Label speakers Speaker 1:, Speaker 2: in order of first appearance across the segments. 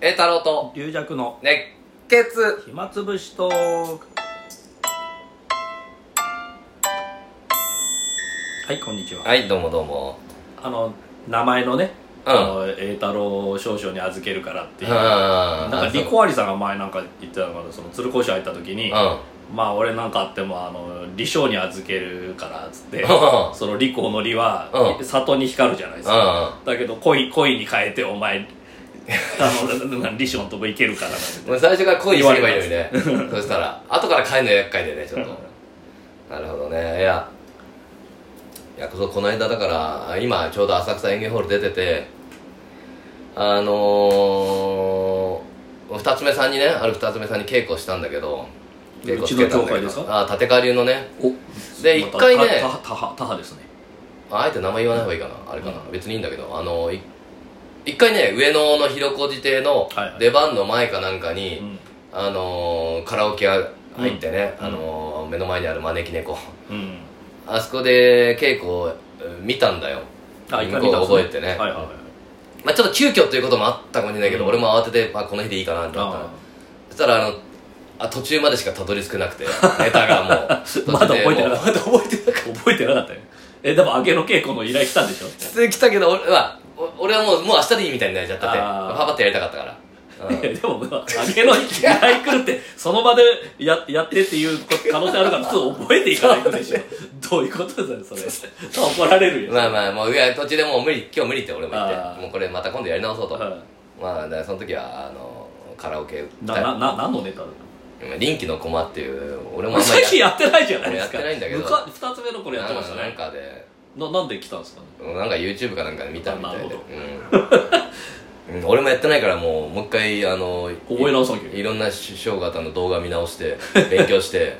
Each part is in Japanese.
Speaker 1: 栄太郎と
Speaker 2: 龍弱の
Speaker 1: 熱血
Speaker 2: 暇つぶしトークはいこんにちは、
Speaker 1: はいどうもどうも
Speaker 2: あの名前のね
Speaker 1: うん
Speaker 2: あの栄太郎を少々に預けるからっていう
Speaker 1: な
Speaker 2: なんかリコアリさんが前なんか言ってたのかなその鶴光師入った時にまあ俺なんかあってもあの利賞に預けるからっつって
Speaker 1: うん
Speaker 2: その利口の利は
Speaker 1: うん
Speaker 2: 里に光るじゃないですか
Speaker 1: う
Speaker 2: だけど恋恋に変えてお前あの 利賞のとこ行けるからなんて
Speaker 1: んもう最初から恋にすればいいのに ねそしたら後から帰るの厄介でねちょっと なるほどねいやいやそうこの間だから今ちょうど浅草演芸ホール出ててあのー、二つ目さんにねある二つ目さんに稽古したんだけど稽古つけたんだけど
Speaker 2: うちの協会です
Speaker 1: あ立川流のね
Speaker 2: お
Speaker 1: で
Speaker 2: また
Speaker 1: 一回ね
Speaker 2: たたたはたはですね
Speaker 1: あえて名前言わない方がいいかなあれかな、別にいいんだけどあのい一回ね上野の広小路邸の
Speaker 2: はいはい
Speaker 1: 出番の前かなんかに、
Speaker 2: うん
Speaker 1: あのーカラオケ入ってね、
Speaker 2: うん
Speaker 1: あのー目の前にある招き猫
Speaker 2: うん
Speaker 1: あそこで稽古をえー見たんだよ、
Speaker 2: あ
Speaker 1: 向こうが覚えてね
Speaker 2: はいはいはい
Speaker 1: まあ、ちょっと急遽ということもあったかもしれないけど、
Speaker 2: うん
Speaker 1: 俺も慌てて、まあ、この日でいいかなって思ったの
Speaker 2: あ
Speaker 1: そしたらあのあ途中までしかたどり着けなくてネタがもう
Speaker 2: まだ覚えてなかっ
Speaker 1: 途
Speaker 2: た
Speaker 1: 中でもうまだ覚えてなかった
Speaker 2: ー覚えてなかったよえでも明けの稽古の依頼来たんでしょ
Speaker 1: 普通に来たけど俺はお俺はもうもう明日でいいみたいになっちゃってて
Speaker 2: あー
Speaker 1: パパってやりたかったからうん
Speaker 2: いやでも明けの依頼来るってその場でややってっていう可能性あるから普通覚えていかない とでしょどういうことだよそれ怒られるよ
Speaker 1: まあまあもういや途中でもう無理今日無理って俺も言っ
Speaker 2: あ
Speaker 1: て
Speaker 2: ー
Speaker 1: もうこれまた今度やり直そうと、
Speaker 2: は
Speaker 1: まあだからその時はあのカラオケ
Speaker 2: いななな何のネタだ
Speaker 1: 臨機の駒っていう俺もあんま
Speaker 2: 最近
Speaker 1: り
Speaker 2: やってないじゃないですか
Speaker 1: やってないんだけど
Speaker 2: むか二つ目のこれやってました
Speaker 1: なん
Speaker 2: ね
Speaker 1: かで
Speaker 2: ななんで来たんですかね
Speaker 1: なんか YouTube かなんかで見たみたいで
Speaker 2: あ
Speaker 1: うん、 うん俺もやってないからもうもう一回あの
Speaker 2: 覚え直さなきゃいけない
Speaker 1: いろんな師匠方の動画見直して勉強して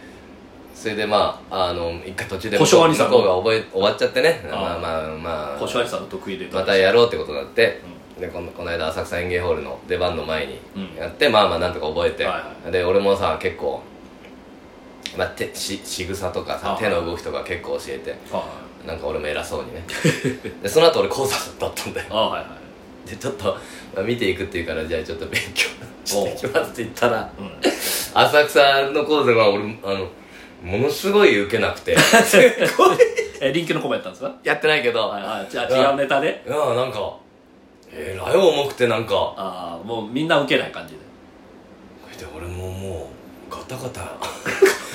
Speaker 1: それでまああの一回途中で向
Speaker 2: 小
Speaker 1: こ
Speaker 2: 正
Speaker 1: う
Speaker 2: 兄さ
Speaker 1: 向
Speaker 2: ん
Speaker 1: こうが覚え終わっちゃってね
Speaker 2: あー
Speaker 1: まあまあまあ
Speaker 2: 小芝居さんの得意で
Speaker 1: またやろうってことになって、でこのこの間浅草園芸ホールの出番の前に
Speaker 2: うん
Speaker 1: やって、まあまあなんとか覚えて、
Speaker 2: はいは
Speaker 1: で俺もさ結構、まあ、手し仕草とか
Speaker 2: あ
Speaker 1: さ
Speaker 2: あ
Speaker 1: 手の動きとか結構教えて
Speaker 2: あ
Speaker 1: なんか俺も偉そうにね でその後俺講座だったんだよ
Speaker 2: あはいはい
Speaker 1: でちょっと、まあ、見ていくっていうからじゃあちょっと勉強してきますって言ったら
Speaker 2: うん
Speaker 1: 浅草の講座が俺あのものすごい受けなくて
Speaker 2: え臨機のコマやったんですか
Speaker 1: やってないけど、
Speaker 2: はいはいじゃあ違うネタで
Speaker 1: いやなんかえらい重くてなんか
Speaker 2: ああもうみんな受けない感じで
Speaker 1: それで俺ももうガタガタ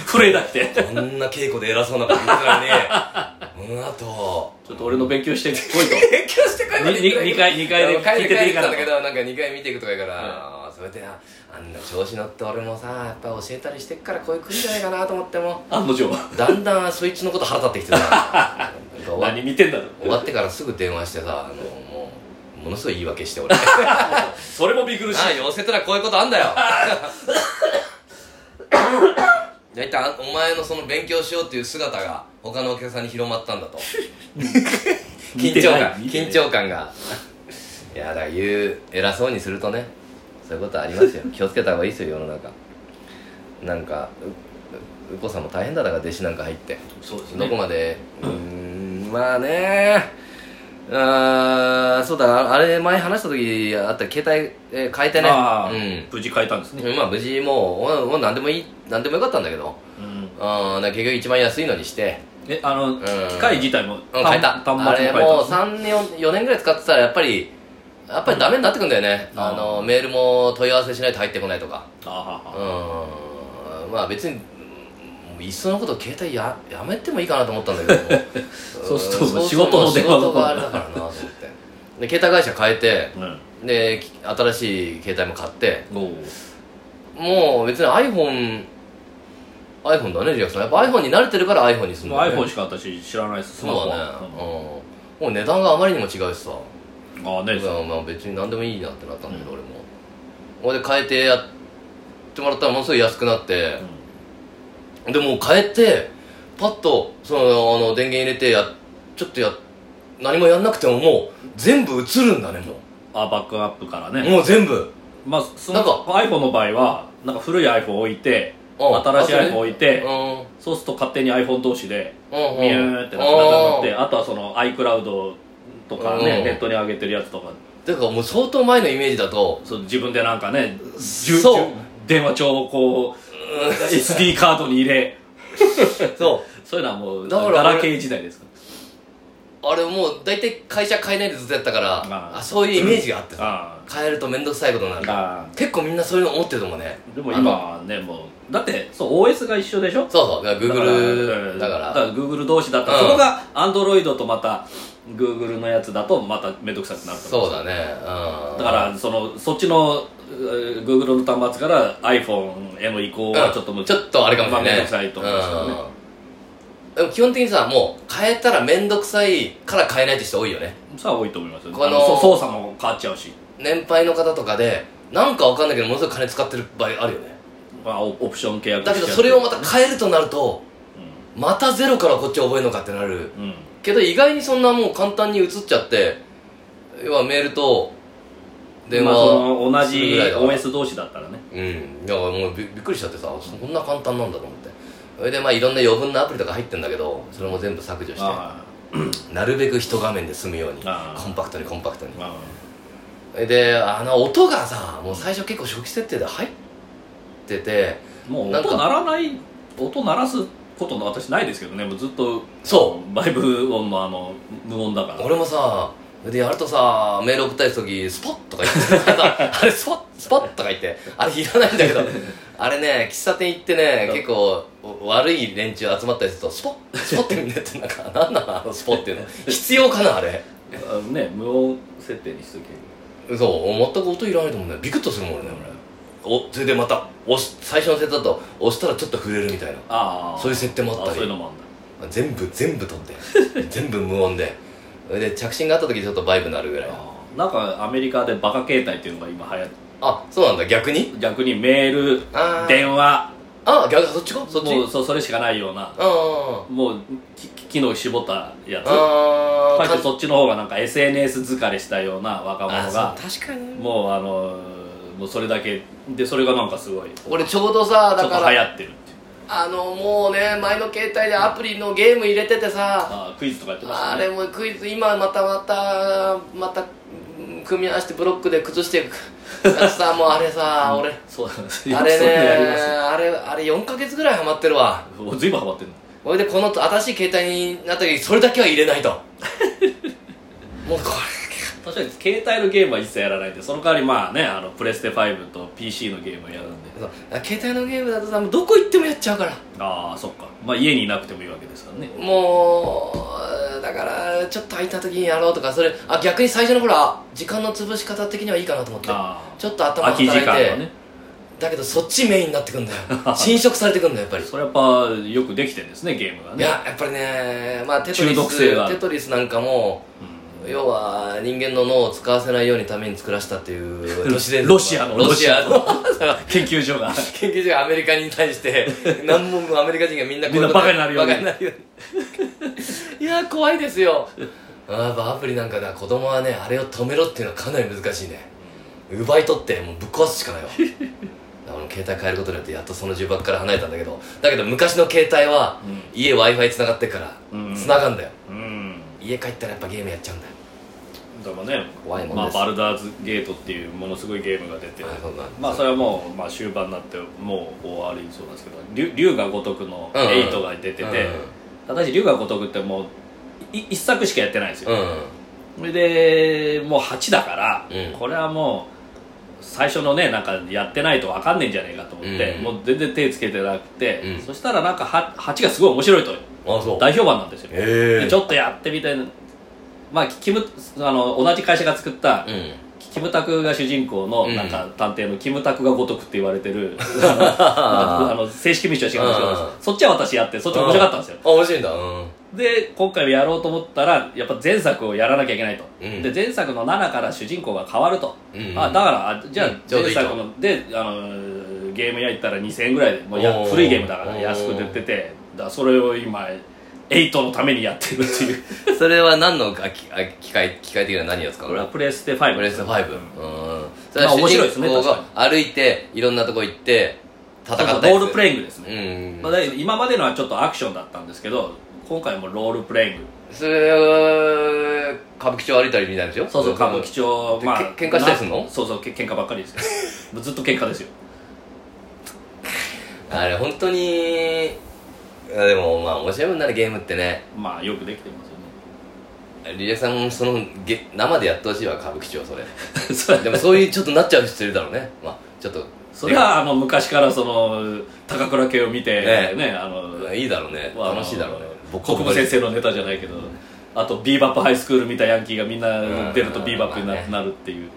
Speaker 2: 震えなくて
Speaker 1: こんな稽古で偉そうなこと言ってた のにこの後
Speaker 2: ちょっと俺の勉強してこいと
Speaker 1: 勉強してこいまで
Speaker 2: にに二回二回で聞いてていいかな
Speaker 1: 帰って帰って帰ってたんだけどなんか2回見ていくとか言うから、それでああんな調子乗って俺もさやっぱ教えたりしてっからこういう来るんじゃないかなと思っても
Speaker 2: 案の定
Speaker 1: だんだんそいつのこと腹立ってきてさなんか終わ
Speaker 2: 何見てんだろう
Speaker 1: 終わってからすぐ電話してさあのもうものすごい言い訳して 俺な
Speaker 2: それも見苦しい
Speaker 1: あ寄せたらこういうことあんだよ大体あお前のその勉強しようっていう姿が他のお客さんに広まったんだと緊張感
Speaker 2: 見てな
Speaker 1: 緊
Speaker 2: い
Speaker 1: 張感が いやだから言う偉そうにするとねそういうことあり ますよ気をつけた方がいいですよ世の中なんかうううこさんも大変だだから弟子なんか入って
Speaker 2: そうです
Speaker 1: どこ
Speaker 2: ね
Speaker 1: までうーんまあねあーそうだあれ前話した時あった携帯、えー変えてね
Speaker 2: ああ
Speaker 1: うん
Speaker 2: 無事変えたんですね
Speaker 1: まあ無事もうもう何でもいい何でもよかったんだけど
Speaker 2: うん
Speaker 1: あーだから結局一番安いのにして、
Speaker 2: えあの機械自体も
Speaker 1: うん、変えた
Speaker 2: 端末も
Speaker 1: あ
Speaker 2: 変
Speaker 1: れ
Speaker 2: え
Speaker 1: もう
Speaker 2: た
Speaker 1: 34年ぐらい使ってたらやっぱりやっぱりダメになってくんだよね、
Speaker 2: うん
Speaker 1: あのメールも問い合わせしないと入ってこないとか
Speaker 2: ああああ
Speaker 1: うんまあ別にもういっそのこと携帯ややめてもいいかなと思ったんだ けど
Speaker 2: そうすると
Speaker 1: ん
Speaker 2: 仕事の電話が
Speaker 1: 仕事があれだからなと思ってで携帯会社変えて
Speaker 2: うん
Speaker 1: でき新しい携帯も買って
Speaker 2: おう
Speaker 1: もう別に iPhone iPhone だねリアクさんやっぱ iPhone に慣れてるから iPhone にするん
Speaker 2: もう
Speaker 1: だ、ね、
Speaker 2: iPhone しか私知らないですスマ
Speaker 1: そう
Speaker 2: ホ
Speaker 1: だね、うん、
Speaker 2: は
Speaker 1: もう値段があまりにも違うしさ
Speaker 2: うんああね
Speaker 1: まあまあ別に何でもいいなってなったんだけど、俺も俺で変えてやってもらったらものすごい安くなって、でもう変えてパッとそのあの電源入れてやちょっとや何もやんなくてももう全部映るんだねも
Speaker 2: あバックアップから
Speaker 1: う、
Speaker 2: ね
Speaker 1: もう全部
Speaker 2: まあそ
Speaker 1: なん
Speaker 2: の
Speaker 1: か
Speaker 2: iPhone の場合はなんか古い iPhone 置いて
Speaker 1: うん
Speaker 2: 新しい
Speaker 1: あそれ
Speaker 2: iPhone 置いて
Speaker 1: うん
Speaker 2: そうすると勝手に iPhone 同士で
Speaker 1: うんうん
Speaker 2: ミューってなくなっちゃってあとはその iCloud とかね
Speaker 1: うん
Speaker 2: ネットに上げてるやつとか
Speaker 1: ていうかもう相当前のイメージだと
Speaker 2: そう自分でなんかねじゅ
Speaker 1: そう
Speaker 2: じゅ電話帳をこう SD カードに入れ
Speaker 1: そ
Speaker 2: そういうのはもう
Speaker 1: だから
Speaker 2: ガ
Speaker 1: 俺
Speaker 2: ラケー時代ですか
Speaker 1: うあれもう大体会社変えないでずっとやったから
Speaker 2: あ
Speaker 1: あそういうイメージがあって
Speaker 2: らあ
Speaker 1: 変えると面倒くさいことにな
Speaker 2: あ
Speaker 1: る
Speaker 2: あ
Speaker 1: 結構みんなそういうの思ってると思うね
Speaker 2: あでも
Speaker 1: あ
Speaker 2: 今
Speaker 1: の
Speaker 2: はねもうだってそう OS が一緒でしょ
Speaker 1: そうそうだから Google だか
Speaker 2: だ
Speaker 1: ら
Speaker 2: から Google 同士だったら、
Speaker 1: うん
Speaker 2: そこが Android とまた Google のやつだとまた面倒くさくなると
Speaker 1: そうだねうん
Speaker 2: だからそのそっちのえー Google の端末から iPhone への移行はちょっともう、
Speaker 1: ちょっとあれかもしれない
Speaker 2: 面倒くさいと思いますからね
Speaker 1: うんでも基本的にさもう変えたら面倒くさいから変えないって人多いよね
Speaker 2: さあ多いと思いますよ
Speaker 1: この
Speaker 2: あのそう操作も変わっちゃうし、
Speaker 1: 年配の方とかでなんかわかんないけどものすごい金使ってる場合あるよね
Speaker 2: まあ、オオプション契約しちゃ
Speaker 1: だけ
Speaker 2: う
Speaker 1: どそれをまた変えるとなると
Speaker 2: う
Speaker 1: またゼロからこっち覚えるのかってなる
Speaker 2: ん、うん
Speaker 1: けど意外にそんなもう簡単に移っちゃって要はメールと電
Speaker 2: まあ、その同
Speaker 1: 話す
Speaker 2: じ
Speaker 1: るぐらいだから
Speaker 2: OS 同士だったらね
Speaker 1: うんだからもうびびっくりしちゃってさこんな簡単なんだと思ってそれでまあいろんな余分なアプリとか入ってんだけどそれも全部削除して
Speaker 2: あ
Speaker 1: なるべく一画面で済むようにコ
Speaker 2: あー
Speaker 1: ンパクトにコンパクトに
Speaker 2: あまあ
Speaker 1: それであの音がさもう最初結構初期設定で入ってて
Speaker 2: もう
Speaker 1: なんか
Speaker 2: 音鳴らない音鳴らすことの私ないですけどねもうずっと
Speaker 1: そ
Speaker 2: バイブ音のあの無音だから
Speaker 1: 俺もさでやるとさメール送ったりする時スポッとか言って さあれスポッスポッとか言ってあれいらないんだけ どあれね喫茶店行ってね結構お悪い連中集まったりするとスポッスポッてみんなやってなんか 何なのあのスポッっていうの必要かなあれ
Speaker 2: あのね無音設定にしとけ
Speaker 1: そう全く音いらないと思うねビクッとするもんね俺おそれでまた押し最初の設定だと押したらちょっと触れるみたいな
Speaker 2: ああ
Speaker 1: そういう設定もあったり
Speaker 2: そういうのもあんだ
Speaker 1: 全部全部撮って 全部無音でそれで着信があった時ちょっとバイブなるぐらい
Speaker 2: なんかアメリカでバカ携帯っていうのが今流行って
Speaker 1: あそうなんだ逆に
Speaker 2: 逆にメール
Speaker 1: あー
Speaker 2: 電話
Speaker 1: あ逆そっちかそっち
Speaker 2: もうそそれしかないような
Speaker 1: あ
Speaker 2: もうき機能絞ったや
Speaker 1: ー
Speaker 2: つか
Speaker 1: あー
Speaker 2: えってそっちの方がなんか SNS 疲れしたような若者
Speaker 1: あ
Speaker 2: が
Speaker 1: そう確かに
Speaker 2: もうあのーもうそれだけでそれがなんかすごいちょ
Speaker 1: 俺ちょうどさ
Speaker 2: っと
Speaker 1: だ
Speaker 2: 流
Speaker 1: から
Speaker 2: 行ってるっていう
Speaker 1: あのもうね前の携帯でアプリのゲーム入れててさ
Speaker 2: あークイズとかやってました
Speaker 1: あ
Speaker 2: ね
Speaker 1: れもクイズ今またまたまたうん組み合わせてブロックで崩していくだってさもうあれさ俺
Speaker 2: そうなんです
Speaker 1: あ
Speaker 2: よく
Speaker 1: れ
Speaker 2: そういうのやり
Speaker 1: ね
Speaker 2: ますよ
Speaker 1: あれあれ4ヶ月ぐらいハマってるわ
Speaker 2: もう随分ハマってるの
Speaker 1: それでこの新しい携帯になった時にそれだけは入れ ないともうこれ
Speaker 2: 確かに携帯のゲームは一切やらないんでその代わりまあねあのプレステ5と PC のゲームをやるんで
Speaker 1: そう携帯のゲームだとさもうどこ行ってもやっちゃうから
Speaker 2: ああそっかまあ家にいなくてもいいわけですからね
Speaker 1: もうだからちょっと空いた時にやろうとかそれあ逆に最初の頃は時間の潰し方的にはいいかなと思って
Speaker 2: あ
Speaker 1: ちょっと
Speaker 2: あ
Speaker 1: 頭働
Speaker 2: 空
Speaker 1: い
Speaker 2: き時間
Speaker 1: て、
Speaker 2: はね
Speaker 1: だけどそっちメインになってくんだよ 侵食されてくんだよやっぱり
Speaker 2: それやっぱよくできてるんですねゲームが
Speaker 1: い
Speaker 2: ね
Speaker 1: ややっぱりねまあテトリ
Speaker 2: 中毒性が
Speaker 1: ステトリスなんかも要は人間の脳を使わせないようにために作らせたっていう都市伝説
Speaker 2: ロシアの
Speaker 1: ロシアの
Speaker 2: ロ研究所が
Speaker 1: 研究所がアメリカに対 して何もアメリカ人がみんなこういうこと
Speaker 2: みんなバカになるように
Speaker 1: バカになるようにいやー怖いですよあーやっぱアプリなんかだ子供はねあれを止めろっていうのはかなり難しいね奪い取ってもうぶっ壊すしかないわだから俺も携帯変えることによってやっとその呪縛から離れたんだけどだけど昔の携帯は
Speaker 2: うん
Speaker 1: 家 w i f i 繋がってっから
Speaker 2: うん
Speaker 1: 繋がんだよ
Speaker 2: うん
Speaker 1: 家帰ったらやっぱゲームやっちゃうんだよ
Speaker 2: でもね
Speaker 1: 怖いもん
Speaker 2: まあ、
Speaker 1: です
Speaker 2: バルダーズゲートっていうものすごいゲームが出て
Speaker 1: あそうなん
Speaker 2: まあそれはもう、まあ、終盤になってもう終わりそうなんですけど竜竜が如くの8が出てて、私龍が如くってもうい一作しかやってないんです
Speaker 1: うん
Speaker 2: よ、
Speaker 1: うんうん
Speaker 2: それでもう8だから、
Speaker 1: うん
Speaker 2: これはもう最初のねなんかやってないと分かんねえんじゃねえかと思って、
Speaker 1: うん
Speaker 2: もう全然手つけてなくて、
Speaker 1: うん
Speaker 2: そしたらなんか 8, がすごい面白いと
Speaker 1: あそう
Speaker 2: 大評判なんですよ、
Speaker 1: ええ
Speaker 2: でちょっとやってみたいなまあキムあの同じ会社が作った、
Speaker 1: うん
Speaker 2: キムタクが主人公の
Speaker 1: うん
Speaker 2: なんか探偵のキムタクが如くって言われ てる、あ
Speaker 1: あ
Speaker 2: の正式名称は違うんですけど
Speaker 1: う
Speaker 2: そっちは私やってそっち面白かったんですよ
Speaker 1: 面白いんだうん
Speaker 2: で今回やろうと思ったらやっぱ前作をやらなきゃいけないと、
Speaker 1: うん
Speaker 2: で前作の7から主人公が変わると、
Speaker 1: うんうん
Speaker 2: あだからあじゃあ
Speaker 1: うんちょうどい
Speaker 2: 前
Speaker 1: いと
Speaker 2: 作のであのゲーム屋行ったら2000円ぐらいでもうや
Speaker 1: おー
Speaker 2: 古いゲームだから
Speaker 1: おー
Speaker 2: 安く出ててだからそれを今8のためにやってるっ ていう
Speaker 1: それは何のあきあ機械機械的な何を使う
Speaker 2: これは
Speaker 1: の
Speaker 2: プレステ5
Speaker 1: プレステ5うんそれ
Speaker 2: まあ面白いですね
Speaker 1: 主人公が
Speaker 2: 確
Speaker 1: 歩いていろんなとこ行って戦
Speaker 2: そう
Speaker 1: ったりす
Speaker 2: そう
Speaker 1: る
Speaker 2: ロールプレイングですね、
Speaker 1: うん
Speaker 2: まあ、だ今までのはちょっとアクションだったんですけど今回もロールプレイング
Speaker 1: それは歌舞伎町歩いたりみたいですよ
Speaker 2: そうそう歌舞伎町
Speaker 1: で
Speaker 2: まあ
Speaker 1: け喧嘩したりすんの
Speaker 2: なそうそうけ喧嘩ばっかりですよ もうずっと喧嘩ですよ
Speaker 1: あれ本当にあでもまあ面白いもんだねゲームってね
Speaker 2: まあよくできてますよね
Speaker 1: リレさんもそのげ生でやってほしいわ歌舞伎町それ
Speaker 2: そう
Speaker 1: でも そういうちょっとなっちゃう人いるだろうねまあちょっと
Speaker 2: それはあの昔からその高倉家を見て
Speaker 1: ね
Speaker 2: ねあの
Speaker 1: でかいいいだろうね
Speaker 2: まあ
Speaker 1: 楽しいだろうね
Speaker 2: あの国分先生のネタじゃないけどあとビーバップハイスクール見たヤンキーがみんな出ると
Speaker 1: うん
Speaker 2: ビーバップに
Speaker 1: まあ
Speaker 2: な
Speaker 1: ね
Speaker 2: なるっていう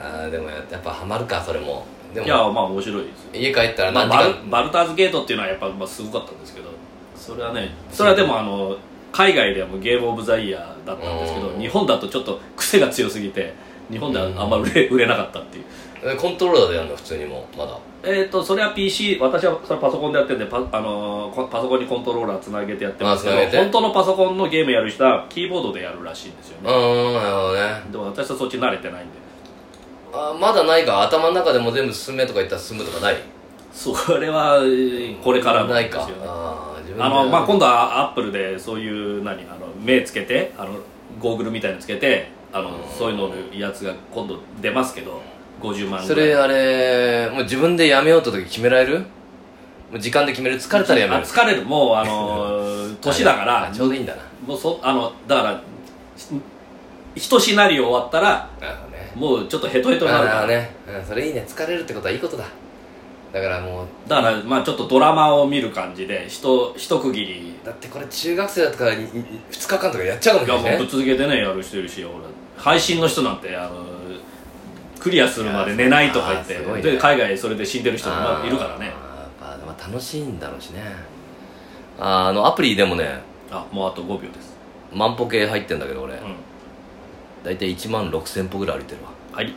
Speaker 1: あーでもやっぱハマるかそれもで
Speaker 2: いやま
Speaker 1: も
Speaker 2: あ面白いですよ
Speaker 1: 家帰ったら
Speaker 2: まあ
Speaker 1: 何時
Speaker 2: バ
Speaker 1: 間
Speaker 2: ルバルターズゲートっていうのはやっぱまあすごかったんですけどそれはねそれはでもあの海外ではもうゲームオブザイヤーだったんですけ
Speaker 1: う
Speaker 2: ど
Speaker 1: ん
Speaker 2: 日本だとちょっと癖が強すぎて日本ではあんま売れ売れなかったっていう
Speaker 1: えコントローラーでやるの普通にもうまだ
Speaker 2: えっ、とそれは PC 私はそれパソコンでやってるんでパ,、あのーこパソコンにコントローラーつなげてやってますけ
Speaker 1: あつなげて
Speaker 2: ど本当のパソコンのゲームやる人はキーボードでやるらしいんですよ
Speaker 1: う
Speaker 2: ね、
Speaker 1: ーんなるほどね
Speaker 2: でも私はそっち慣れてないんで
Speaker 1: あまだないか頭の中でも全部進めとか言ったら進むとかない
Speaker 2: それはえーこれからなん
Speaker 1: な
Speaker 2: で
Speaker 1: い
Speaker 2: す
Speaker 1: か
Speaker 2: よね
Speaker 1: あー自分で
Speaker 2: あの、まあ、今度はアップルでそういう何あの目つけてあのゴーグルみたいのつけてあの、そういうののやつが今度出ますけど50万
Speaker 1: そ
Speaker 2: ぐらい
Speaker 1: れあれもう自分でやめようって時決められるもう時間で決める疲れたらやめ
Speaker 2: あ
Speaker 1: る
Speaker 2: 疲れるもう あの年だか
Speaker 1: あ
Speaker 2: ら
Speaker 1: ちょうどいいんだな
Speaker 2: もうそあのだからし一シナリオ終わったら
Speaker 1: なるほどね
Speaker 2: もうちょっとヘトヘトになるか
Speaker 1: あ
Speaker 2: ら
Speaker 1: あね、うん、それいいね疲れるってことはいいことだだからもう
Speaker 2: だからまあちょっとドラマを見る感じでひと一区切り
Speaker 1: だってこれ中学生だったから2日間とかやっちゃうかも
Speaker 2: い
Speaker 1: しれ
Speaker 2: やも
Speaker 1: な
Speaker 2: う
Speaker 1: い
Speaker 2: ぶっ
Speaker 1: ね
Speaker 2: 続けてねやる人いるし俺配信の人なんてあのクリアするまで寝ないとか言って
Speaker 1: いやすごいね
Speaker 2: で海外それで死んでる人もま
Speaker 1: あ
Speaker 2: あ
Speaker 1: ー
Speaker 2: いるからね
Speaker 1: やっぱまあ楽しいんだろうしねあーあのアプリでもね
Speaker 2: あもうあと5秒です、
Speaker 1: 万歩計入ってんだけど俺
Speaker 2: うん、
Speaker 1: 大体1万6000歩ぐらい歩いてるわ
Speaker 2: はい